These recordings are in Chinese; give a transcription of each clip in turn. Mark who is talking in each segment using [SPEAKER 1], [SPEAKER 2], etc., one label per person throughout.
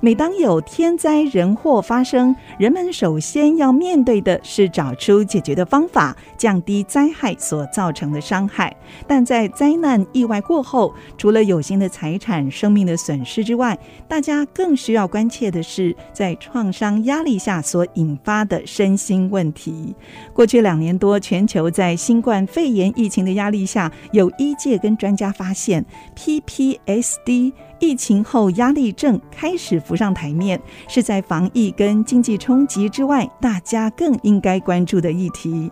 [SPEAKER 1] 每当有天灾人祸发生，人们首先要面对的是找出解决的方法，降低灾害所造成的伤害。但在灾难意外过后，除了有形的财产、生命的损失之外，大家更需要关切的是，在创伤压力下所引发的身心问题。过去两年多，全球在新冠肺炎疫情的压力下，有医界跟专家发现，PPSD 疫情后压力症开始浮上台面，是在防疫跟经济冲击之外，大家更应该关注的议题。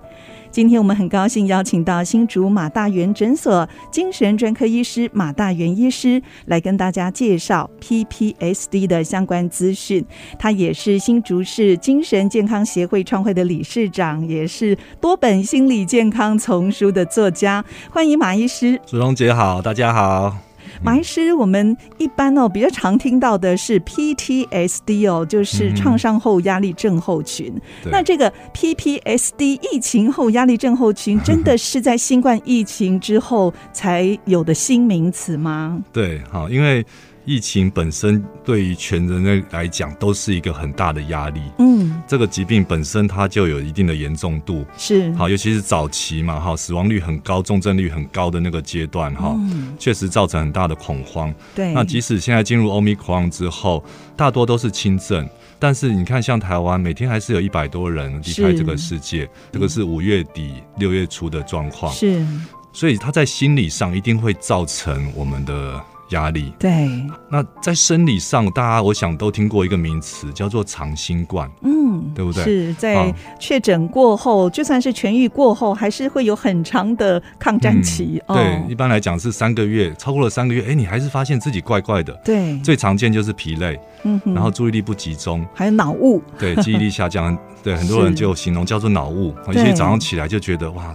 [SPEAKER 1] 今天我们很高兴邀请到新竹马大元诊所精神专科医师马大元医师来跟大家介绍 PPSD 的相关资讯。他也是新竹市精神健康协会创会的理事长，也是多本心理健康丛书的作家。欢迎马医师。
[SPEAKER 2] 子荣姐好，大家好。
[SPEAKER 1] 马医师，我们一般哦比较常听到的是 PTSD 哦，就是创伤后压力症候群。
[SPEAKER 2] 嗯对
[SPEAKER 1] 那这个 PPSD 疫情后压力症候 群，真的是在新冠疫情之后才有的新名词吗？
[SPEAKER 2] 对，好，因为疫情本身对于全人类来讲都是一个很大的压力。
[SPEAKER 1] 嗯，
[SPEAKER 2] 这个疾病本身它就有一定的严重度，
[SPEAKER 1] 是。
[SPEAKER 2] 好，尤其是早期嘛，哈，死亡率很高、重症率很高的那个阶段，哈，确实造成很大的恐慌。
[SPEAKER 1] 对，
[SPEAKER 2] 那即使现在进入 Omicron 之后，大多都是轻症，但是你看，像台湾每天还是有一百多人离开
[SPEAKER 1] 是
[SPEAKER 2] 这个世界，这个是五月底六月初的状况。
[SPEAKER 1] 是
[SPEAKER 2] 所以他在心理上一定会造成我们的压力。
[SPEAKER 1] 对，
[SPEAKER 2] 那在生理上，大家我想都听过一个名词，叫做长新冠。
[SPEAKER 1] 嗯，
[SPEAKER 2] 对不啊对
[SPEAKER 1] 是在
[SPEAKER 2] 好
[SPEAKER 1] 确诊过后，就算是痊愈过后，还是会有很长的抗战期。
[SPEAKER 2] 嗯对，一
[SPEAKER 1] 哦，
[SPEAKER 2] 般来讲是三个月，超过了三个月，哎，你还是发现自己怪怪的。
[SPEAKER 1] 对，
[SPEAKER 2] 最常见就是疲累，
[SPEAKER 1] 嗯哼
[SPEAKER 2] 然后注意力不集中，
[SPEAKER 1] 还有脑雾，
[SPEAKER 2] 对， 记忆力下降，对，很多人
[SPEAKER 1] 是
[SPEAKER 2] 就形容叫做脑雾。有
[SPEAKER 1] 对
[SPEAKER 2] 些早上起来就觉得哇。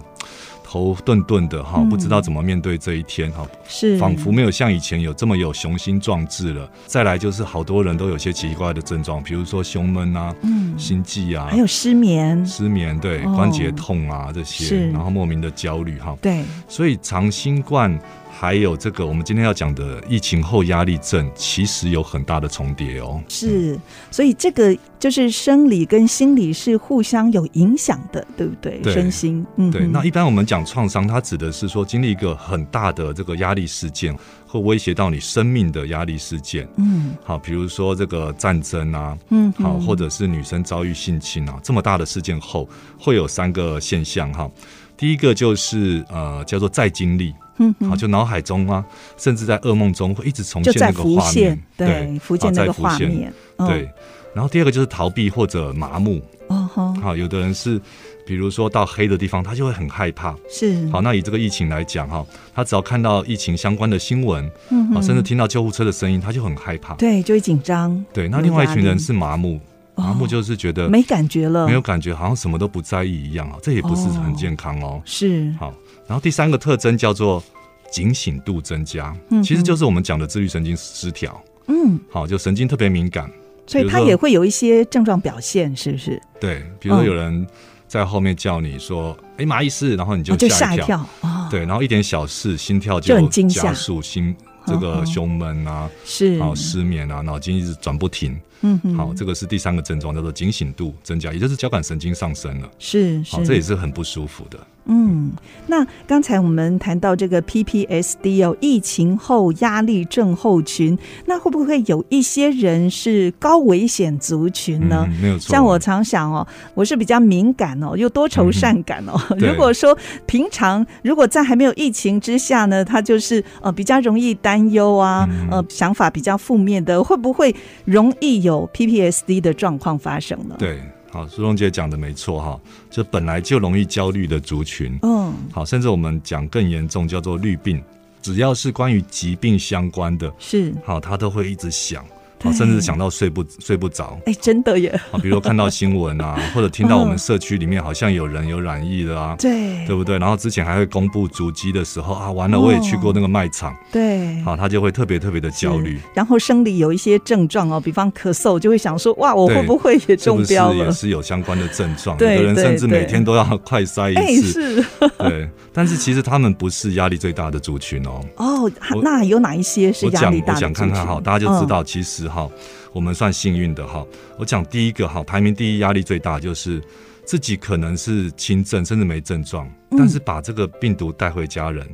[SPEAKER 2] 头顿顿的哈，
[SPEAKER 1] 嗯
[SPEAKER 2] 不知道怎么面对这一天哈，
[SPEAKER 1] 是
[SPEAKER 2] 仿佛没有像以前有这么有雄心壮志了。再来就是好多人都有些奇怪的症状，比如说胸闷啊、
[SPEAKER 1] 嗯，
[SPEAKER 2] 心悸啊
[SPEAKER 1] 还、有失眠，
[SPEAKER 2] 失眠，对，
[SPEAKER 1] 哦
[SPEAKER 2] 关节痛啊这
[SPEAKER 1] 是
[SPEAKER 2] 些，然后莫名的焦虑哈。
[SPEAKER 1] 对，
[SPEAKER 2] 所以长新冠还有这个我们今天要讲的疫情后压力症，其实有很大的重叠哦。
[SPEAKER 1] 是，所以这个就是生理跟心理是互相有影响的，对不对？
[SPEAKER 2] 对
[SPEAKER 1] 身心，嗯哼，
[SPEAKER 2] 对，那一般我们讲创伤，它指的是说经历一个很大的这个压力事件，会威胁到你生命的压力事件。
[SPEAKER 1] 嗯
[SPEAKER 2] 好，比如说这个战争啊，
[SPEAKER 1] 嗯哼，
[SPEAKER 2] 好，或者是女生遭遇性侵啊，这么大的事件后，会有三个现象哈。第一个就是呃，叫做再经历，
[SPEAKER 1] 嗯
[SPEAKER 2] 好，就脑海中啊，甚至在噩梦中会一直重
[SPEAKER 1] 就
[SPEAKER 2] 现
[SPEAKER 1] 在
[SPEAKER 2] 那个
[SPEAKER 1] 浮
[SPEAKER 2] 画面
[SPEAKER 1] 现，，对，浮现
[SPEAKER 2] 好
[SPEAKER 1] 那
[SPEAKER 2] 再
[SPEAKER 1] 个
[SPEAKER 2] 浮
[SPEAKER 1] 画
[SPEAKER 2] 现
[SPEAKER 1] 面，嗯，
[SPEAKER 2] 对。然后第二个就是逃避或者麻木，
[SPEAKER 1] 哦吼，
[SPEAKER 2] 好，有的人是，比如说到黑的地方，他就会很害怕。
[SPEAKER 1] 是，
[SPEAKER 2] 好，那以这个疫情来讲哈，他只要看到疫情相关的新闻，
[SPEAKER 1] 嗯
[SPEAKER 2] 啊，
[SPEAKER 1] 哼，
[SPEAKER 2] 甚至听到救护车的声音，他就很害怕。
[SPEAKER 1] 对，就会紧张，
[SPEAKER 2] 对，那
[SPEAKER 1] 有
[SPEAKER 2] 另外一
[SPEAKER 1] 压
[SPEAKER 2] 群人
[SPEAKER 1] 力
[SPEAKER 2] 是麻木，麻木
[SPEAKER 1] 哦
[SPEAKER 2] 就是觉得
[SPEAKER 1] 没感觉了，
[SPEAKER 2] 呃没有感觉，好像什么都不在意一样啊，这也不是很健康哦。
[SPEAKER 1] 是，
[SPEAKER 2] 好，然后第三个特征叫做警醒度增加，
[SPEAKER 1] 嗯
[SPEAKER 2] 其实就是我们讲的自律神经失调，
[SPEAKER 1] 嗯，
[SPEAKER 2] 好，就神经特别敏感。
[SPEAKER 1] 所以
[SPEAKER 2] 比如
[SPEAKER 1] 他
[SPEAKER 2] 说
[SPEAKER 1] 也会有一些症状表现，是不是？
[SPEAKER 2] 对，比如说
[SPEAKER 1] 嗯
[SPEAKER 2] 有人在后面叫你说“哎、马医师”，然后你
[SPEAKER 1] 哦就
[SPEAKER 2] 就吓
[SPEAKER 1] 吓
[SPEAKER 2] 一
[SPEAKER 1] 一
[SPEAKER 2] 跳。
[SPEAKER 1] 跳啊，
[SPEAKER 2] 对，然后一点小事，心跳
[SPEAKER 1] 就很惊吓
[SPEAKER 2] 加速，心这
[SPEAKER 1] 嗯
[SPEAKER 2] 个
[SPEAKER 1] 嗯
[SPEAKER 2] 胸闷啊，
[SPEAKER 1] 是，
[SPEAKER 2] 好失眠啊，脑筋一直转不停。
[SPEAKER 1] 嗯哼，
[SPEAKER 2] 好，这个是第三个症状，叫做警醒度增加，也就是交感神经上升了。
[SPEAKER 1] 是
[SPEAKER 2] 好，
[SPEAKER 1] 是，
[SPEAKER 2] 这也是很不舒服的。
[SPEAKER 1] 嗯，那刚才我们谈到这个 PPSD 哦，疫情后压力症候群，那会不会有一些人是高危险族群呢？
[SPEAKER 2] 嗯，没有错。
[SPEAKER 1] 像我常想哦，我是比较敏感哦，又多愁善感哦。
[SPEAKER 2] 嗯对
[SPEAKER 1] 如果说平常如果在还没有疫情之下呢，他就是呃比较容易担忧啊，
[SPEAKER 2] 嗯
[SPEAKER 1] 呃想法比较负面的，会不会容易有 PPSD 的状况发生呢？，
[SPEAKER 2] 对，好，苏荣姐讲的没错哈，就本来就容易焦虑的族群，
[SPEAKER 1] 嗯，
[SPEAKER 2] 好，甚至我们讲更严重叫做绿病，只要是关于疾病相关的，
[SPEAKER 1] 是
[SPEAKER 2] 好，他都会一直想，啊，甚至想到睡不睡不着
[SPEAKER 1] 哎，真的耶，
[SPEAKER 2] 啊，比如说看到新闻啊，或者听到我们社区里面好像有人有染疫的啊，
[SPEAKER 1] 嗯对
[SPEAKER 2] 对不对？然后之前还会公布足迹的时候啊，完了我也去过那个卖场，
[SPEAKER 1] 对，
[SPEAKER 2] 好、他就会特别特别的焦虑
[SPEAKER 1] 哦是。。然后生理有一些症状哦，比方咳嗽，就会想说，哇，我
[SPEAKER 2] 对
[SPEAKER 1] 会不会也
[SPEAKER 2] 是不
[SPEAKER 1] 中
[SPEAKER 2] 是
[SPEAKER 1] 标
[SPEAKER 2] 也
[SPEAKER 1] 了？
[SPEAKER 2] 是有相关的症状？有
[SPEAKER 1] 对
[SPEAKER 2] 的人甚至
[SPEAKER 1] 对对
[SPEAKER 2] 每天都要快筛
[SPEAKER 1] 哎，
[SPEAKER 2] 一次。
[SPEAKER 1] 是
[SPEAKER 2] 对，但是其实他们不是压力最大的族群哦。
[SPEAKER 1] 哦，哈
[SPEAKER 2] 我
[SPEAKER 1] 那有哪一些是
[SPEAKER 2] 我
[SPEAKER 1] 压
[SPEAKER 2] 讲
[SPEAKER 1] 力
[SPEAKER 2] 我
[SPEAKER 1] 大的
[SPEAKER 2] 讲看看
[SPEAKER 1] 族
[SPEAKER 2] 哈，
[SPEAKER 1] 群嗯
[SPEAKER 2] 大家就知，道，其实哈，我们算幸运的哈。我讲第一个哈，排名第一压力最大就是自己可能是轻症甚至没症状，但是把这个病毒带回家人，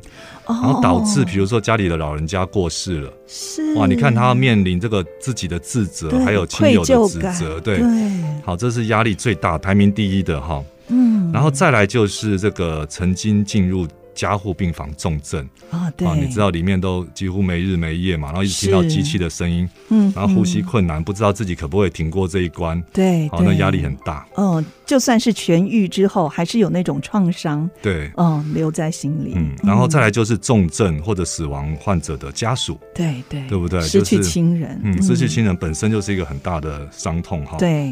[SPEAKER 1] 嗯
[SPEAKER 2] 然后导致
[SPEAKER 1] 哦
[SPEAKER 2] 比如说家里的老人家过世了，
[SPEAKER 1] 是
[SPEAKER 2] 哇，你看他面临这个自己的自责，
[SPEAKER 1] 对
[SPEAKER 2] 还有亲友的
[SPEAKER 1] 愧疚
[SPEAKER 2] 指
[SPEAKER 1] 感
[SPEAKER 2] 责，
[SPEAKER 1] 对
[SPEAKER 2] 对，，好，这是压力最大，排名第一的哈。
[SPEAKER 1] 嗯
[SPEAKER 2] 然后再来就是这个曾经进入加护病房重症。
[SPEAKER 1] 啊，对
[SPEAKER 2] 啊，，你知道里面都几乎没日没夜嘛，然后一直听到
[SPEAKER 1] 是
[SPEAKER 2] 机器的声音，
[SPEAKER 1] 嗯，嗯，
[SPEAKER 2] 然后呼吸困难，不知道自己可不可以挺过这一关，哦
[SPEAKER 1] 对，
[SPEAKER 2] 好，那
[SPEAKER 1] 对
[SPEAKER 2] 压力很。大，
[SPEAKER 1] 嗯，就算是痊愈之后，还是有那种创伤，
[SPEAKER 2] 对。
[SPEAKER 1] 嗯，留在心里。
[SPEAKER 2] 嗯，然后再来就是重症或者死亡患者的家属，
[SPEAKER 1] 嗯对对，
[SPEAKER 2] 对不对
[SPEAKER 1] 失去
[SPEAKER 2] 就是
[SPEAKER 1] 亲人，
[SPEAKER 2] 嗯，失去亲哦人本身就是一个很大的伤痛哈。。
[SPEAKER 1] 对，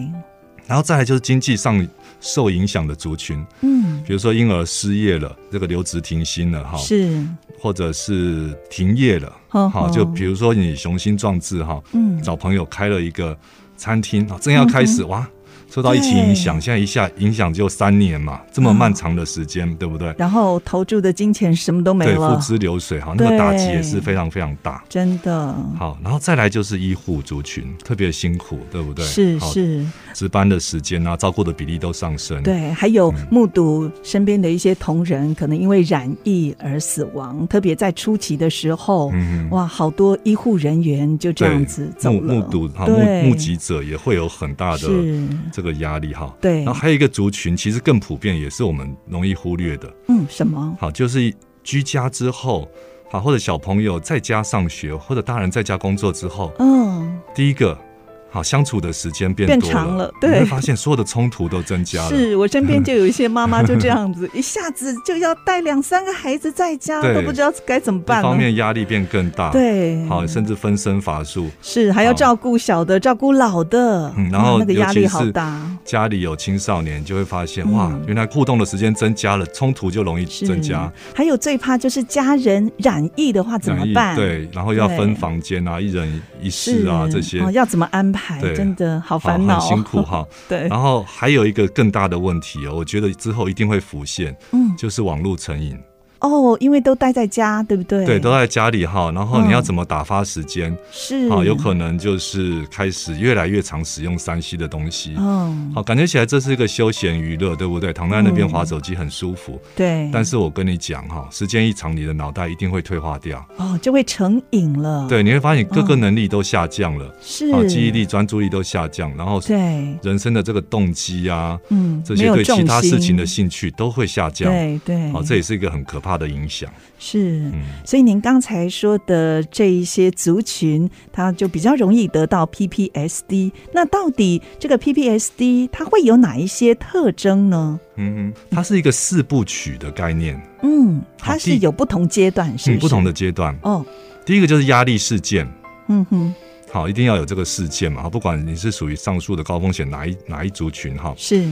[SPEAKER 2] 然后再来就是经济上受影响的族群，
[SPEAKER 1] 嗯，
[SPEAKER 2] 比如说婴儿失业了，这个留职停薪了哈，
[SPEAKER 1] 是，
[SPEAKER 2] 或者是停业了，
[SPEAKER 1] 呵
[SPEAKER 2] 哈，
[SPEAKER 1] 呵
[SPEAKER 2] 就比如说你雄心壮志哈，
[SPEAKER 1] 嗯，
[SPEAKER 2] 找朋友开了一个餐厅啊，正要开始哇，受到疫情影响，现在一下影响就三年嘛，
[SPEAKER 1] 嗯
[SPEAKER 2] 这么漫长的时间，对不对？
[SPEAKER 1] 然后投注的金钱什么都没
[SPEAKER 2] 对，付
[SPEAKER 1] 了，
[SPEAKER 2] 之流水哈，那个
[SPEAKER 1] 对
[SPEAKER 2] 打击也是非常非常大。
[SPEAKER 1] 真的
[SPEAKER 2] 好，然后再来就是医护族群特别辛苦，对不对？
[SPEAKER 1] 是
[SPEAKER 2] 好，
[SPEAKER 1] 是，
[SPEAKER 2] 值班的时间啊，照顾的比例都上升。，
[SPEAKER 1] 对，还有目睹身边的一些同仁可能因为染疫而死亡，特别在初期的时候，
[SPEAKER 2] 嗯哼。
[SPEAKER 1] 哇，好多医护人员就这
[SPEAKER 2] 对
[SPEAKER 1] 样子走
[SPEAKER 2] 目
[SPEAKER 1] 了，
[SPEAKER 2] 目睹哈目
[SPEAKER 1] 对
[SPEAKER 2] 目击者也会有很大的
[SPEAKER 1] 是，
[SPEAKER 2] 这个压力哈。
[SPEAKER 1] 对
[SPEAKER 2] 然后，还有一个族群，其实更普遍，也是我们容易忽略的，
[SPEAKER 1] 嗯，什么？
[SPEAKER 2] 好，就是居家之后，好，或者小朋友在家上学，或者大人在家工作之后，
[SPEAKER 1] 嗯，
[SPEAKER 2] 第一个，好相处的时间变
[SPEAKER 1] 变
[SPEAKER 2] 多
[SPEAKER 1] 长
[SPEAKER 2] 了
[SPEAKER 1] 了，对
[SPEAKER 2] 你会发现所有的冲突都增加了。
[SPEAKER 1] 是我身边就有一些妈妈就这样 子，一下子就要带两三个孩子在家，
[SPEAKER 2] 对
[SPEAKER 1] 都不知道该怎么
[SPEAKER 2] 一
[SPEAKER 1] 办
[SPEAKER 2] 方
[SPEAKER 1] 了。
[SPEAKER 2] 面压力变更大，，
[SPEAKER 1] 对，
[SPEAKER 2] 好，甚至分身乏术。
[SPEAKER 1] 是还要
[SPEAKER 2] 好
[SPEAKER 1] 照顾小的，照顾老的，
[SPEAKER 2] 嗯然
[SPEAKER 1] 哇
[SPEAKER 2] 后
[SPEAKER 1] 那个
[SPEAKER 2] 尤
[SPEAKER 1] 压
[SPEAKER 2] 其
[SPEAKER 1] 力好
[SPEAKER 2] 是
[SPEAKER 1] 大，
[SPEAKER 2] 家里有青少年，就会发现
[SPEAKER 1] 嗯
[SPEAKER 2] 哇，原来互动的时间增加了，冲突就容易
[SPEAKER 1] 是
[SPEAKER 2] 增加。。
[SPEAKER 1] 还有最怕就是家人染疫的话怎么
[SPEAKER 2] 容易
[SPEAKER 1] 办？，
[SPEAKER 2] 对，然后要
[SPEAKER 1] 对
[SPEAKER 2] 分房间啊，一人一室
[SPEAKER 1] 是
[SPEAKER 2] 啊，这些
[SPEAKER 1] 哦，要怎么安排？
[SPEAKER 2] 对
[SPEAKER 1] 真的好
[SPEAKER 2] 好
[SPEAKER 1] 烦恼，
[SPEAKER 2] 很辛苦。哈。
[SPEAKER 1] 对，
[SPEAKER 2] 然后还有一个更大的问题哦，我觉得之后一定会浮现，
[SPEAKER 1] 嗯
[SPEAKER 2] 就是网络成瘾，
[SPEAKER 1] 哦，因为都待在家，对不对？
[SPEAKER 2] 对，都在家里哈，然后
[SPEAKER 1] 嗯
[SPEAKER 2] 你要怎么打发时间
[SPEAKER 1] 是
[SPEAKER 2] 啊？有可能就是开始越来越常使用三 C 的东西，
[SPEAKER 1] 嗯，
[SPEAKER 2] 好，感觉起来这是一个休闲娱乐，对不对？躺在那
[SPEAKER 1] 嗯
[SPEAKER 2] 边划手机很舒服，
[SPEAKER 1] 对，
[SPEAKER 2] 但是我跟你讲哈，时间一长，你的脑袋一定会退化掉，
[SPEAKER 1] 哦，就会成瘾了。，
[SPEAKER 2] 对，你会发现各个能力都下降了，
[SPEAKER 1] 是
[SPEAKER 2] 啊，记忆力、专注力都下降，然后
[SPEAKER 1] 嗯对，
[SPEAKER 2] 人生的这个动机啊，
[SPEAKER 1] 嗯，
[SPEAKER 2] 这
[SPEAKER 1] 没
[SPEAKER 2] 些
[SPEAKER 1] 有
[SPEAKER 2] 对
[SPEAKER 1] 重
[SPEAKER 2] 其他事情的
[SPEAKER 1] 心
[SPEAKER 2] 兴趣都会下降。
[SPEAKER 1] 对对，
[SPEAKER 2] 好，这也是一个很可怕的影响。
[SPEAKER 1] 是。
[SPEAKER 2] 嗯，
[SPEAKER 1] 所以您刚才说的这一些族群，它就比较容易得到 PPSD。那到底这个 PPSD 它会有哪一些特征呢？
[SPEAKER 2] 嗯，哼，它是一个四部曲的概念，
[SPEAKER 1] 嗯，
[SPEAKER 2] 好
[SPEAKER 1] 它是
[SPEAKER 2] 第
[SPEAKER 1] 有不同阶段，是
[SPEAKER 2] 嗯，
[SPEAKER 1] 不是
[SPEAKER 2] 不同的阶段。
[SPEAKER 1] 哦，
[SPEAKER 2] 第一个就是压力事件，
[SPEAKER 1] 嗯哼，
[SPEAKER 2] 好，一定要有这个事件嘛，不管你是属于上述的高风险哪一哪一族群哈。
[SPEAKER 1] 是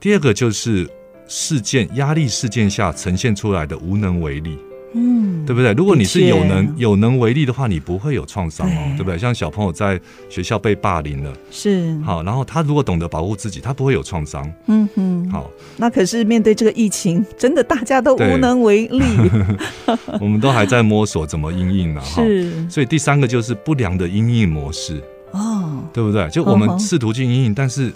[SPEAKER 2] 第二个就是事件压力事件下呈现出来的无能为力，
[SPEAKER 1] 嗯，
[SPEAKER 2] 对不对？如果你是有
[SPEAKER 1] 的
[SPEAKER 2] 能
[SPEAKER 1] 确
[SPEAKER 2] 有能为力的话，你不会有创伤哦
[SPEAKER 1] 对，
[SPEAKER 2] 对不对？像小朋友在学校被霸凌了，
[SPEAKER 1] 是，
[SPEAKER 2] 好，然后他如果懂得保护自己，他不会有创伤。
[SPEAKER 1] 嗯哼，
[SPEAKER 2] 好，
[SPEAKER 1] 那可是面对这个疫情，真的大家都
[SPEAKER 2] 对
[SPEAKER 1] 无能为 力，
[SPEAKER 2] 我们都还在摸索怎么应啊 应呢、哈。
[SPEAKER 1] 是
[SPEAKER 2] 所以第三个就是不良的阴应模式，
[SPEAKER 1] 哦，
[SPEAKER 2] 对不对？就我们试图去阴应，但是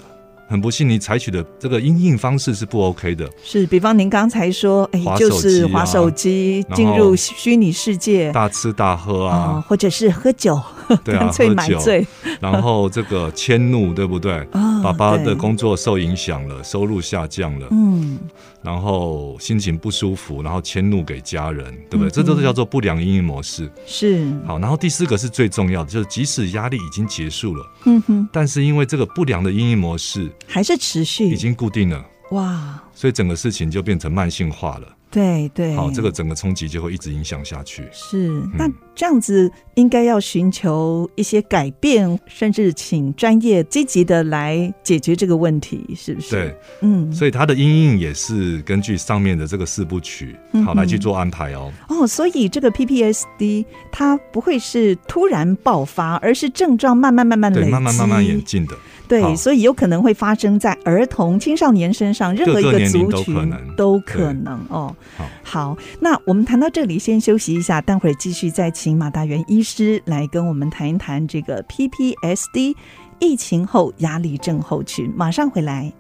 [SPEAKER 2] 很不幸，你采取的这个阴应方式是不 OK 的。
[SPEAKER 1] 是。比方您刚才说，哎，
[SPEAKER 2] 滑手
[SPEAKER 1] 就
[SPEAKER 2] 机
[SPEAKER 1] 是
[SPEAKER 2] 啊
[SPEAKER 1] 滑手机
[SPEAKER 2] 然
[SPEAKER 1] 进
[SPEAKER 2] 后
[SPEAKER 1] 入虚拟世界
[SPEAKER 2] 大吃大喝
[SPEAKER 1] 啊
[SPEAKER 2] 啊，，
[SPEAKER 1] 或者是喝酒，
[SPEAKER 2] 对啊，
[SPEAKER 1] 干脆
[SPEAKER 2] 喝
[SPEAKER 1] 买
[SPEAKER 2] 酒，
[SPEAKER 1] 醉
[SPEAKER 2] 然后这个迁怒，对 不对？
[SPEAKER 1] 啊
[SPEAKER 2] 爸爸的
[SPEAKER 1] 对
[SPEAKER 2] 工作受影响了，收入下降了，
[SPEAKER 1] 嗯，
[SPEAKER 2] 然后心情不舒服，然后迁怒给家人，对不
[SPEAKER 1] 嗯
[SPEAKER 2] 对？
[SPEAKER 1] 嗯
[SPEAKER 2] 这都是叫做不良阴应模式。
[SPEAKER 1] 是，
[SPEAKER 2] 好，然后第四个是最重要的，就是即使压力已经结束了，
[SPEAKER 1] 嗯哼，
[SPEAKER 2] 但是因为这个不良的阴应模式
[SPEAKER 1] 还是持续，
[SPEAKER 2] 已经固定了，
[SPEAKER 1] 哇，
[SPEAKER 2] 所以整个事情就变成慢性化了。
[SPEAKER 1] 对对，
[SPEAKER 2] 好，这个嗯整个冲击就会一直影响下去。
[SPEAKER 1] 是。那这样子应该要寻求一些改变，甚至请专业积极的来解决这个问题，是不是？
[SPEAKER 2] 对，，
[SPEAKER 1] 嗯，
[SPEAKER 2] 所以它的音应也是根据上面的这个四部曲，
[SPEAKER 1] 嗯
[SPEAKER 2] 好来去做安排哦。
[SPEAKER 1] 哦，所以这个 PPSD 它不会是突然爆发，而是症状慢慢慢慢累
[SPEAKER 2] 对，
[SPEAKER 1] 积，
[SPEAKER 2] 慢慢慢慢演进的，
[SPEAKER 1] 对，
[SPEAKER 2] 好
[SPEAKER 1] 所以有可能会发生在儿童、青少年身上，任何一
[SPEAKER 2] 各个年龄
[SPEAKER 1] 族
[SPEAKER 2] 都
[SPEAKER 1] 群
[SPEAKER 2] 可能
[SPEAKER 1] 都可能哦。
[SPEAKER 2] 好
[SPEAKER 1] 好，那我们谈到这里，先休息一下，待会儿继续再请马达元医师来跟我们谈一谈这个 PPSD 疫情后压力症候群。马上回来。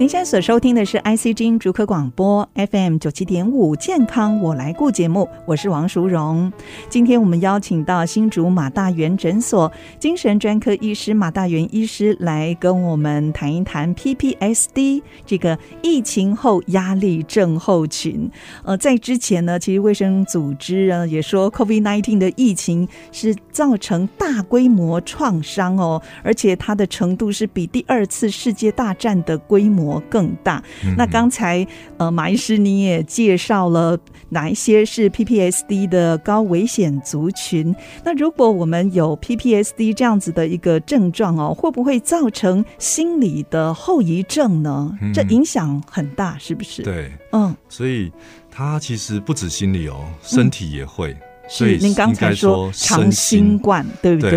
[SPEAKER 1] 您现在所收听的是 IC 之音竹科广播 FM 九七点五健康我来顾节目，我是王淑荣。今天我们邀请到新竹马大元诊所精神专科医师马大元医师来跟我们谈一谈 PPSD 这个疫情后压力症候群。呃，在之前呢，其实卫生组织啊也说 COVID-19 的疫情是造成大规模创伤哦，而且它的程度是比第二次世界大战的规模更大。
[SPEAKER 2] 嗯
[SPEAKER 1] 那刚才呃，马医师你也介绍了哪一些是 PPSD 的高危险族群。那如果我们有 PPSD 这样子的一个症状哦，会不会造成心理的后遗症呢？
[SPEAKER 2] 嗯
[SPEAKER 1] 这影响很大，是不是？，
[SPEAKER 2] 对，
[SPEAKER 1] 嗯，
[SPEAKER 2] 所以它其实不止心理哦，身体也会。所
[SPEAKER 1] 是
[SPEAKER 2] 以
[SPEAKER 1] 嗯您刚才
[SPEAKER 2] 应该说
[SPEAKER 1] 长
[SPEAKER 2] 身
[SPEAKER 1] 新
[SPEAKER 2] 心
[SPEAKER 1] 冠，对不对？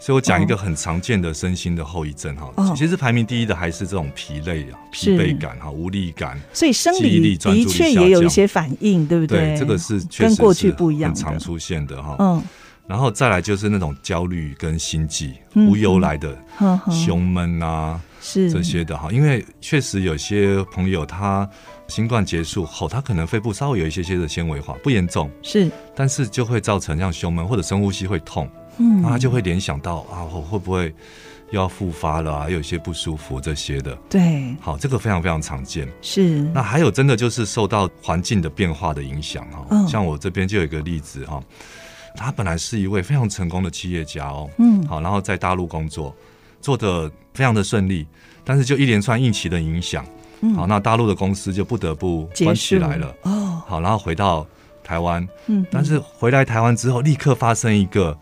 [SPEAKER 2] 所以我讲一个很常见的身心的后遗症哈，
[SPEAKER 1] 哦
[SPEAKER 2] 其实排名第一的还是这种疲累啊、疲
[SPEAKER 1] 是
[SPEAKER 2] 惫感哈、无力感。
[SPEAKER 1] 所以生
[SPEAKER 2] 记
[SPEAKER 1] 理
[SPEAKER 2] 忆力专
[SPEAKER 1] 的
[SPEAKER 2] 注力
[SPEAKER 1] 确
[SPEAKER 2] 下
[SPEAKER 1] 也有一
[SPEAKER 2] 降
[SPEAKER 1] 些反应，对不
[SPEAKER 2] 对，这个是确
[SPEAKER 1] 跟
[SPEAKER 2] 实
[SPEAKER 1] 过
[SPEAKER 2] 是
[SPEAKER 1] 去不一样
[SPEAKER 2] 很常
[SPEAKER 1] 的。
[SPEAKER 2] 出现的哈。
[SPEAKER 1] 嗯，
[SPEAKER 2] 然后再来就是那种焦虑跟心悸、
[SPEAKER 1] 嗯
[SPEAKER 2] 无由来的
[SPEAKER 1] 呵呵
[SPEAKER 2] 胸闷啊
[SPEAKER 1] 是
[SPEAKER 2] 这些的哈，
[SPEAKER 1] 嗯
[SPEAKER 2] 因为确实有些朋友他新冠结束后，他可能肺部稍微有一些些的纤维化，不严重，
[SPEAKER 1] 是，
[SPEAKER 2] 但是就会造成像胸闷或者深呼吸会痛，
[SPEAKER 1] 嗯
[SPEAKER 2] 那他就会联想到啊，我会不会又要复发了啊？又有一些不舒服这些的。
[SPEAKER 1] 对，
[SPEAKER 2] 好，这个非常非常常见。
[SPEAKER 1] 是
[SPEAKER 2] 那还有真的就是受到环境的变化的影响哈、
[SPEAKER 1] 嗯
[SPEAKER 2] 像我这边就有一个例子哈、他本来是一位非常成功的企业家哦，
[SPEAKER 1] 嗯
[SPEAKER 2] 好，然后在大陆工作，做的非常的顺利，但是就一连串疫情的影响，
[SPEAKER 1] 嗯
[SPEAKER 2] 好，那大陆的公司就不得不
[SPEAKER 1] 结
[SPEAKER 2] 关起
[SPEAKER 1] 束
[SPEAKER 2] 来了，
[SPEAKER 1] 哦，
[SPEAKER 2] 好，然后回到台湾，
[SPEAKER 1] 嗯，
[SPEAKER 2] 但是回来台湾之后，立刻发生一个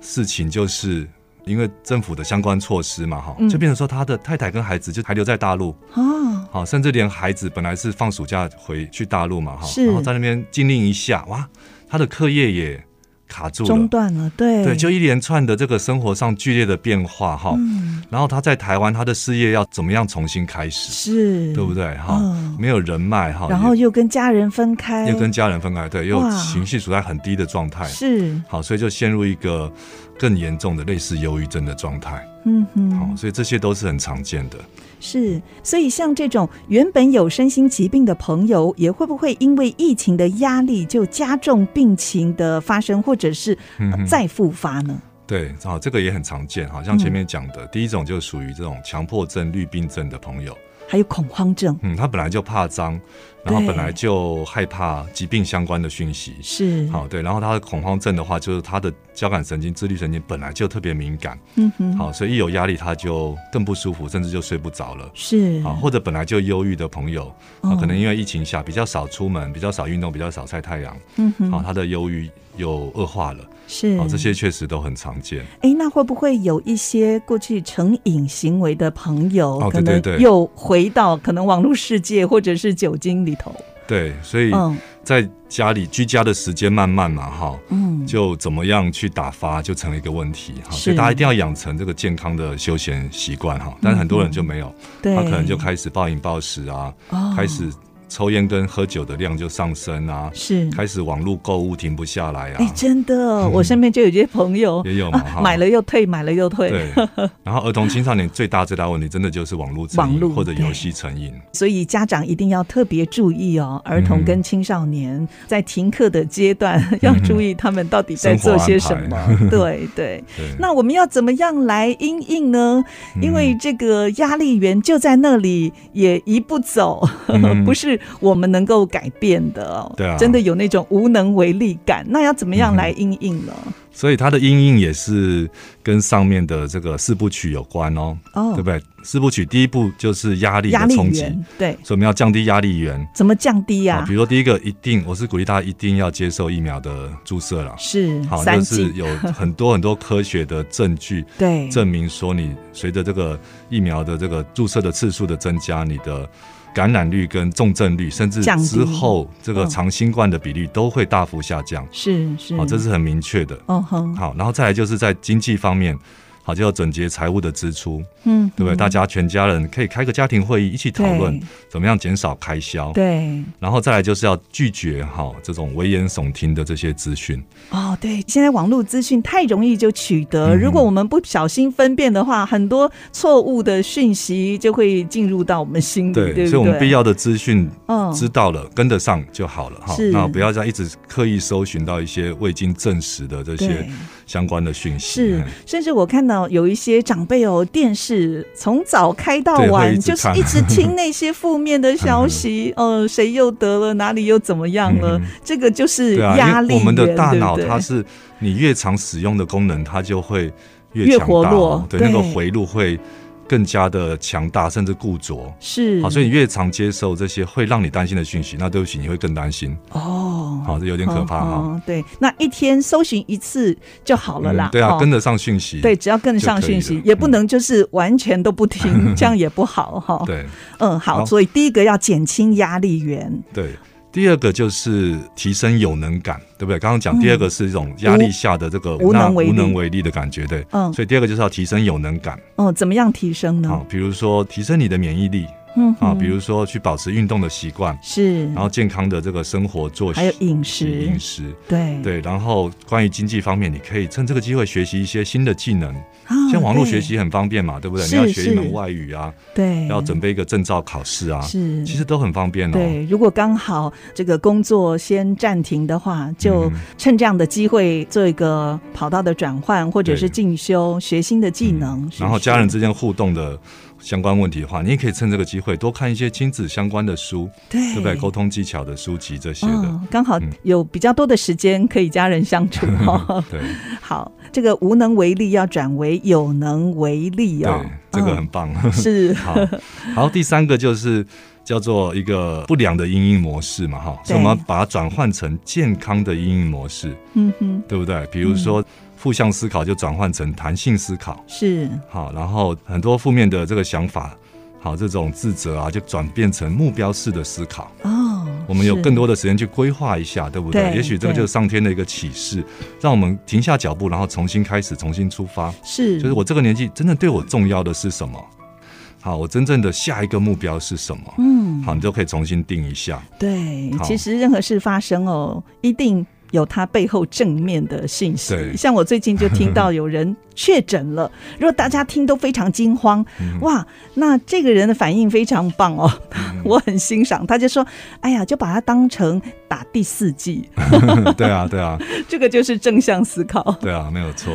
[SPEAKER 2] 事情，就是因为政府的相关措施嘛，哈
[SPEAKER 1] 嗯，
[SPEAKER 2] 就变成说他的太太跟孩子就还留在大陆，
[SPEAKER 1] 啊，
[SPEAKER 2] 好，甚至连孩子本来是放暑假回去大陆嘛，哈，
[SPEAKER 1] 是
[SPEAKER 2] 然后在那边禁令一下，哇，他的课业也卡住
[SPEAKER 1] 中
[SPEAKER 2] 了。
[SPEAKER 1] 断了，对
[SPEAKER 2] 对，就一连串的这个生活上剧烈的变化哈，
[SPEAKER 1] 嗯
[SPEAKER 2] 然后他在台湾他的事业要怎么样重新开始，
[SPEAKER 1] 是，
[SPEAKER 2] 对不？对哈？
[SPEAKER 1] 嗯
[SPEAKER 2] 没有人脉哈，
[SPEAKER 1] 然后又跟家人分开，
[SPEAKER 2] 也又跟家人分开，对，又
[SPEAKER 1] 哇
[SPEAKER 2] 情绪处在很低的状态，
[SPEAKER 1] 是，
[SPEAKER 2] 好，所以就陷入一个更严重的类似忧郁症的状态。
[SPEAKER 1] 嗯
[SPEAKER 2] 好、
[SPEAKER 1] 哼，
[SPEAKER 2] 所以这些都是很常见的。
[SPEAKER 1] 是，所以像这种原本有身心疾病的朋友，也会不会因为疫情的压力就加重病情的发生，或者是呃
[SPEAKER 2] 嗯哼
[SPEAKER 1] 再复发呢？
[SPEAKER 2] 对，好，这个也很常见。好
[SPEAKER 1] 嗯
[SPEAKER 2] 像前面讲的，第一种就属于这种强迫症、绿病症的朋友，
[SPEAKER 1] 还有恐慌症，
[SPEAKER 2] 嗯，他本来就怕脏，然后
[SPEAKER 1] 对
[SPEAKER 2] 本来就害怕疾病相关的讯息。
[SPEAKER 1] 是，
[SPEAKER 2] 好，对，然后他的恐慌症的话，就是他的交感神经、自律神经本来就特别敏感，
[SPEAKER 1] 嗯哼，
[SPEAKER 2] 好，所以一有压力他就更不舒服，甚至就睡不着了。
[SPEAKER 1] 是，
[SPEAKER 2] 啊，或者本来就忧郁的朋友，啊，
[SPEAKER 1] 嗯
[SPEAKER 2] 可能因为疫情下比较少出门，比较少运动，比较少晒太阳，
[SPEAKER 1] 嗯哼，
[SPEAKER 2] 好，他的忧郁又恶化了，
[SPEAKER 1] 是，
[SPEAKER 2] 好，这些确实都很常见。
[SPEAKER 1] 哎，那会不会有一些过去成瘾行为的朋友，
[SPEAKER 2] 哦
[SPEAKER 1] 可
[SPEAKER 2] 对
[SPEAKER 1] 能
[SPEAKER 2] 对对
[SPEAKER 1] 又回到可能网络世界或者是酒精里头？
[SPEAKER 2] 对，所以
[SPEAKER 1] 嗯
[SPEAKER 2] 在家里居家的时间慢慢嘛，哈，
[SPEAKER 1] 嗯，
[SPEAKER 2] 就怎么样去打发就成了一个问题哈，
[SPEAKER 1] 是
[SPEAKER 2] 所以大家一定要养成这个健康的休
[SPEAKER 1] 嗯
[SPEAKER 2] 闲习惯哈，但是很多人就没有，
[SPEAKER 1] 对，
[SPEAKER 2] 他可能就开始暴饮暴食啊，
[SPEAKER 1] 哦
[SPEAKER 2] 开始抽烟跟喝酒的量就上升啊，
[SPEAKER 1] 是。
[SPEAKER 2] 开始网络购物停不下来啊
[SPEAKER 1] 哎，，真的，我身边就有些朋友
[SPEAKER 2] 也有嘛哈
[SPEAKER 1] 买了又退，买了又退，
[SPEAKER 2] 对，然后儿童青少年最大最大问题，真的就是网络成
[SPEAKER 1] 网络
[SPEAKER 2] 瘾或者
[SPEAKER 1] 对
[SPEAKER 2] 游戏成瘾。
[SPEAKER 1] 所以家长一定要特别注意哦，儿童跟青少
[SPEAKER 2] 嗯
[SPEAKER 1] 年在停课的阶段 要注意他们到底在做些什
[SPEAKER 2] 生活
[SPEAKER 1] 么。 对对，
[SPEAKER 2] 对，
[SPEAKER 1] 那我们要怎么样来应应呢？
[SPEAKER 2] 嗯
[SPEAKER 1] 因为这个压力源就在那里，也移不走，
[SPEAKER 2] 嗯
[SPEAKER 1] 不是我们能够改变的哦。
[SPEAKER 2] 对啊
[SPEAKER 1] 真的有那种无能为力感。那要怎么样来应应呢？
[SPEAKER 2] 所以它的音应也是跟上面的这个四部曲有关哦，对
[SPEAKER 1] 哦
[SPEAKER 2] 不，对？四部曲第一步就是压力
[SPEAKER 1] 压
[SPEAKER 2] 的
[SPEAKER 1] 力
[SPEAKER 2] 冲击，
[SPEAKER 1] 源对，
[SPEAKER 2] 所以我们要降低压力源。
[SPEAKER 1] 怎么降低
[SPEAKER 2] 啊，
[SPEAKER 1] 呀
[SPEAKER 2] 比？如说第一个，一定我是鼓励大家一定要接受疫苗的注射啦。
[SPEAKER 1] 是
[SPEAKER 2] 好，
[SPEAKER 1] 嗯三
[SPEAKER 2] 就是
[SPEAKER 1] 剂，
[SPEAKER 2] 有很多很多科学的证 据
[SPEAKER 1] 对，
[SPEAKER 2] 证明说，你随着这个疫苗的这个注射的次数的增加，你的感染率跟重症率，甚至
[SPEAKER 1] 降低
[SPEAKER 2] 之后这个
[SPEAKER 1] 嗯
[SPEAKER 2] 长新冠的比率都会大幅下降。
[SPEAKER 1] 是是，
[SPEAKER 2] 好，这是很明确的。
[SPEAKER 1] 哦哼，
[SPEAKER 2] 好，然后再来就是在经济方面，好，就要整洁财务的支出，
[SPEAKER 1] 嗯，
[SPEAKER 2] 对不对？大家全家人可以开个家庭会议，一起讨论
[SPEAKER 1] 对
[SPEAKER 2] 怎么样减少开销。
[SPEAKER 1] 对
[SPEAKER 2] 然后再来就是要拒绝哈这种危言耸听的这些资讯。
[SPEAKER 1] 哦，对，现在网络资讯太容易就取得，
[SPEAKER 2] 嗯
[SPEAKER 1] 如果我们不小心分辨的话，很多错误的讯息就会进入到我们心里，对不对？
[SPEAKER 2] 所以我们必要的资讯
[SPEAKER 1] 嗯
[SPEAKER 2] 知道了，跟得上就好了哈
[SPEAKER 1] 是。
[SPEAKER 2] 那不要再一直刻意搜寻到一些未经证实的这些
[SPEAKER 1] 对
[SPEAKER 2] 相关的讯息。
[SPEAKER 1] 是
[SPEAKER 2] 嗯，
[SPEAKER 1] 甚至我看到有一些长辈哦，电视从早开到
[SPEAKER 2] 对
[SPEAKER 1] 晚
[SPEAKER 2] 会，一直
[SPEAKER 1] 就是
[SPEAKER 2] 看
[SPEAKER 1] 一直听那些负面 的消息，呃，谁又得了，哪里又怎么样了，
[SPEAKER 2] 嗯
[SPEAKER 1] 这个就是
[SPEAKER 2] 对啊，
[SPEAKER 1] 压
[SPEAKER 2] 因
[SPEAKER 1] 力
[SPEAKER 2] 为
[SPEAKER 1] 源，
[SPEAKER 2] 我们的大脑
[SPEAKER 1] 对不对
[SPEAKER 2] 它是你越常使用的功能，它就会
[SPEAKER 1] 越
[SPEAKER 2] 越强
[SPEAKER 1] 活
[SPEAKER 2] 大
[SPEAKER 1] 络
[SPEAKER 2] 哦，对
[SPEAKER 1] 对
[SPEAKER 2] 那个回路会更加的强大，甚至固着。
[SPEAKER 1] 是
[SPEAKER 2] 好，所以你越常接受这些会让你担心的讯息，那对不起，你会更担心。
[SPEAKER 1] 哦，
[SPEAKER 2] 好，这有点可怕哈。
[SPEAKER 1] 哦。对，那一天搜寻一次就好了啦。
[SPEAKER 2] 对啊，
[SPEAKER 1] 哦
[SPEAKER 2] 跟得上讯息。
[SPEAKER 1] 对，只要跟得上讯
[SPEAKER 2] 就
[SPEAKER 1] 息
[SPEAKER 2] 可以，了
[SPEAKER 1] 也不能就是完全都不 听，这样也不好哈。，
[SPEAKER 2] 对
[SPEAKER 1] 嗯，好，
[SPEAKER 2] 好
[SPEAKER 1] 所以第一个要减轻压力源，
[SPEAKER 2] 对。第二个就是提升有能感，对不对？刚刚讲第二个是一种压力下的这个
[SPEAKER 1] 嗯无无能为力
[SPEAKER 2] 无能为力的感觉，对。
[SPEAKER 1] 嗯
[SPEAKER 2] 所以第二个就是要提升有能感，
[SPEAKER 1] 哦，怎么样提升
[SPEAKER 2] 好、
[SPEAKER 1] 呢？
[SPEAKER 2] 比如说提升你的免疫力
[SPEAKER 1] 嗯
[SPEAKER 2] 啊，
[SPEAKER 1] 哼
[SPEAKER 2] 比如说去保持运动的习惯，
[SPEAKER 1] 是，
[SPEAKER 2] 然后健康的这个生活作息、
[SPEAKER 1] 还有饮食嗯
[SPEAKER 2] 饮，食，
[SPEAKER 1] 对
[SPEAKER 2] 对。然后关于经济方面，你可以趁这个机会学习一些新的技能，
[SPEAKER 1] 啊
[SPEAKER 2] 像网络学习很方便嘛，对不对？
[SPEAKER 1] 是
[SPEAKER 2] 你要学一
[SPEAKER 1] 是
[SPEAKER 2] 门外语啊，
[SPEAKER 1] 对，
[SPEAKER 2] 要准备一个证照考试啊，
[SPEAKER 1] 是，
[SPEAKER 2] 其实都很方便哦。
[SPEAKER 1] 对，如果刚好这个工作先暂停的话，就
[SPEAKER 2] 嗯
[SPEAKER 1] 趁这样的机会做一个跑道的转换，或者
[SPEAKER 2] 对嗯
[SPEAKER 1] 是进修学新的技能。是不
[SPEAKER 2] 然后
[SPEAKER 1] 是
[SPEAKER 2] 家人之间互动的相关问题的话，你也可以趁这个机会多看一些亲子相关的书，
[SPEAKER 1] 对
[SPEAKER 2] 对不对？沟通技巧的书籍这些的，
[SPEAKER 1] 哎嗯，刚好
[SPEAKER 2] 嗯。
[SPEAKER 1] 有比较多的时间可以家人相处哦
[SPEAKER 2] 对
[SPEAKER 1] 好，这个无能为力要转为有能为力
[SPEAKER 2] 对
[SPEAKER 1] 哦，，
[SPEAKER 2] 这个
[SPEAKER 1] 嗯
[SPEAKER 2] 很棒。
[SPEAKER 1] 是
[SPEAKER 2] 好，然后第三个就是叫做一个不良的阴影模式嘛，哈，所以我们要把它转换成健康的阴影模式，
[SPEAKER 1] 嗯哼
[SPEAKER 2] 对不对？比如
[SPEAKER 1] 嗯
[SPEAKER 2] 说负向思考就转换成弹性思考，
[SPEAKER 1] 是
[SPEAKER 2] 好，然后很多负面的这个想法。好，这种自责啊，就转变成目标式的思考。
[SPEAKER 1] 哦，
[SPEAKER 2] 我们有
[SPEAKER 1] 是
[SPEAKER 2] 更多的时间去规划一下，对不对？
[SPEAKER 1] 对
[SPEAKER 2] 也许这个
[SPEAKER 1] 对
[SPEAKER 2] 就是上天的一个启示，让我们停下脚步，然后重新开始，重新出发。
[SPEAKER 1] 是
[SPEAKER 2] 就是我这个年纪，真正对我重要的是什么？好，我真正的下一个目标是什么？
[SPEAKER 1] 嗯
[SPEAKER 2] 好，你就可以重新定一下。
[SPEAKER 1] 对，
[SPEAKER 2] 好
[SPEAKER 1] 其实任何事发生哦，一定。有它背后正面的信息，
[SPEAKER 2] 对
[SPEAKER 1] 像我最近就听到有人确诊了，如果大家听都非常惊慌，
[SPEAKER 2] 嗯
[SPEAKER 1] 哇，那这个人的反应非常棒哦，
[SPEAKER 2] 嗯
[SPEAKER 1] 我很欣赏。他就说：“哎呀，就把它当成打第四剂，
[SPEAKER 2] 对啊，对啊，
[SPEAKER 1] 这个就是正向思 考。
[SPEAKER 2] 对啊，没有 错。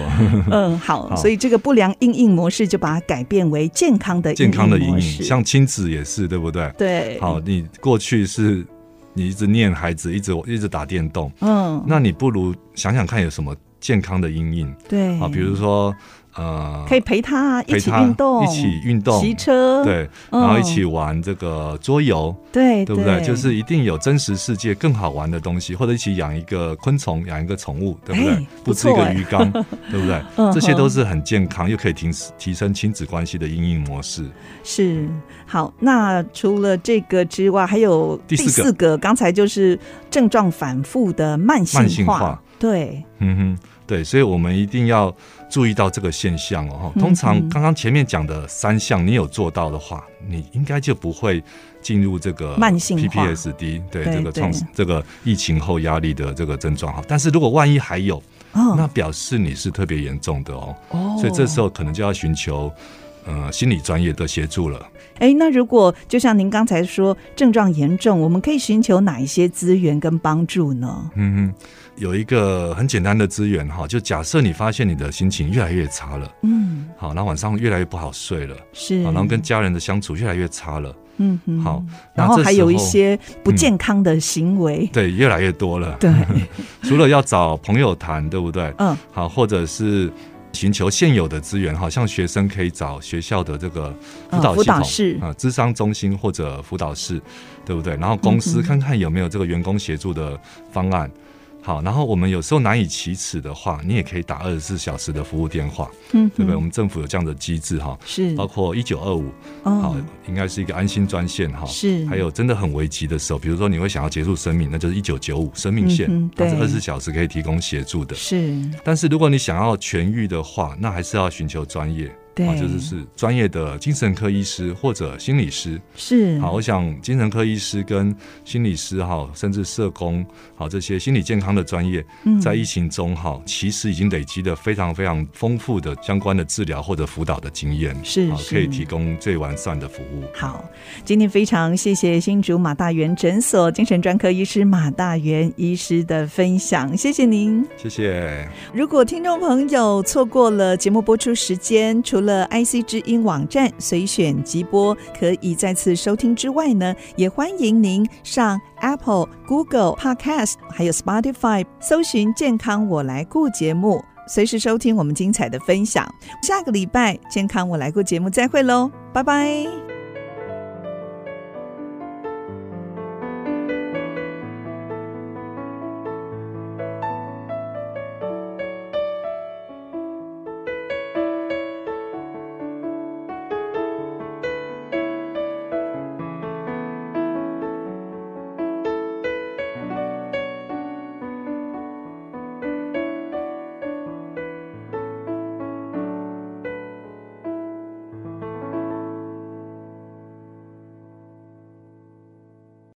[SPEAKER 1] 嗯，好，
[SPEAKER 2] 好
[SPEAKER 1] 所以这个不良应应模式就把它改变为健康的
[SPEAKER 2] 健康的
[SPEAKER 1] 模
[SPEAKER 2] 阴
[SPEAKER 1] 式
[SPEAKER 2] 影，像亲子也是，对不对？
[SPEAKER 1] 对，
[SPEAKER 2] 好，你过去是你一直念孩子，一直一直打电动，
[SPEAKER 1] 嗯，
[SPEAKER 2] 那你不如想想看有什么健康的阴影
[SPEAKER 1] 对，
[SPEAKER 2] 啊，比如说呃，
[SPEAKER 1] 可以陪他一
[SPEAKER 2] 陪
[SPEAKER 1] 起
[SPEAKER 2] 他
[SPEAKER 1] 运动，
[SPEAKER 2] 一起运动，
[SPEAKER 1] 骑车，
[SPEAKER 2] 对，
[SPEAKER 1] 嗯哎
[SPEAKER 2] 然后一起玩这个桌游，
[SPEAKER 1] 对
[SPEAKER 2] 对不对？就是一定有真实世界更好玩的东西，或者一起养一个昆虫，养一个宠物，对不对
[SPEAKER 1] 哎？不
[SPEAKER 2] 布置一
[SPEAKER 1] 错
[SPEAKER 2] 个
[SPEAKER 1] 哎
[SPEAKER 2] 鱼 缸，对不对
[SPEAKER 1] 嗯？
[SPEAKER 2] 这些都是很健康，又可以提提升亲子关系的阴影模式。
[SPEAKER 1] 是好。那除了这个之外，还有
[SPEAKER 2] 第四个
[SPEAKER 1] 个，刚才就是症状反复的慢性化，
[SPEAKER 2] 慢性化
[SPEAKER 1] 对，
[SPEAKER 2] 嗯哼，对，所以我们一定要注意到这个现象哦。
[SPEAKER 1] 嗯
[SPEAKER 2] 哈通常刚刚前面讲的三项，你有做到的话，你应该就不会进入这个
[SPEAKER 1] 慢性化
[SPEAKER 2] PPSD，对
[SPEAKER 1] 对
[SPEAKER 2] 这个创
[SPEAKER 1] 对
[SPEAKER 2] 这个疫情后压力的这个症状哈。但是如果万一还有，那
[SPEAKER 1] 哦
[SPEAKER 2] 表示你是特别严重的哦，
[SPEAKER 1] 哦
[SPEAKER 2] 所以这时候可能就要寻求呃心理专业的协助了。
[SPEAKER 1] 哎，那如果就像您刚才说，症状严重，我们可以寻求哪一些资源跟帮助呢？
[SPEAKER 2] 嗯，哼，有一个很简单的资源哈，就假设你发现你的心情越来越差了，
[SPEAKER 1] 嗯，
[SPEAKER 2] 好，那晚上越来越不好睡了，
[SPEAKER 1] 是，
[SPEAKER 2] 好，然后跟家人的相处越来越差了，
[SPEAKER 1] 嗯哼
[SPEAKER 2] 好，那
[SPEAKER 1] 然后
[SPEAKER 2] 这
[SPEAKER 1] 还
[SPEAKER 2] 时
[SPEAKER 1] 有一
[SPEAKER 2] 候嗯
[SPEAKER 1] 些不健康的行为，
[SPEAKER 2] 对越来越多了，
[SPEAKER 1] 对，
[SPEAKER 2] 除了要找朋友谈，对不对？
[SPEAKER 1] 嗯，
[SPEAKER 2] 好，或者是寻求现有的资源，好像学生可以找学校的这个辅导
[SPEAKER 1] 嗯辅
[SPEAKER 2] 系
[SPEAKER 1] 导
[SPEAKER 2] 统、
[SPEAKER 1] 室
[SPEAKER 2] 啊、智商中心或者辅导室，对不对？然后公
[SPEAKER 1] 嗯
[SPEAKER 2] 司看看有没有这个员工协助的方案。好，然后我们有时候难以启齿的话，你也可以打二十四小时的服务电话，
[SPEAKER 1] 嗯哼，
[SPEAKER 2] 对不对？我们政府有这样的机制哈，
[SPEAKER 1] 是，
[SPEAKER 2] 包括一九二五，好
[SPEAKER 1] 哦，，
[SPEAKER 2] 应该是一个安心专线哈。
[SPEAKER 1] 是，
[SPEAKER 2] 还有真的很危急的时候，比如说你会想要结束生命，那就是一九九五生命线
[SPEAKER 1] 嗯哼，
[SPEAKER 2] 它是
[SPEAKER 1] 对
[SPEAKER 2] 二十四小时可以提供协助的。
[SPEAKER 1] 是，
[SPEAKER 2] 但是如果你想要痊愈的话，那还是要寻求专业，
[SPEAKER 1] 对，
[SPEAKER 2] 啊，就是是专业的精神科医师或者心理师。
[SPEAKER 1] 是，
[SPEAKER 2] 好，我想精神科医师跟心理师哈，甚至社工好这些心理健康的专业，
[SPEAKER 1] 嗯
[SPEAKER 2] 在疫情中哈，其实已经累积了非常非常丰富的相关的治疗或者辅导的经验，
[SPEAKER 1] 是
[SPEAKER 2] 啊
[SPEAKER 1] 是
[SPEAKER 2] 可以提供最完善的服务。
[SPEAKER 1] 好，今天非常谢谢新竹马大元诊所精神专科医师马大元医师的分享，谢谢您。
[SPEAKER 2] 谢谢。
[SPEAKER 1] 如果听众朋友错过了节目播出时间，除了 IC 之音网站随选即播可以再次收听之外呢，也欢迎您上 Apple、Google Podcast 还有 Spotify 搜寻“健康我来顾”节目，随时收听我们精彩的分享。下个礼拜“健康我来顾”节目再会喽，拜拜。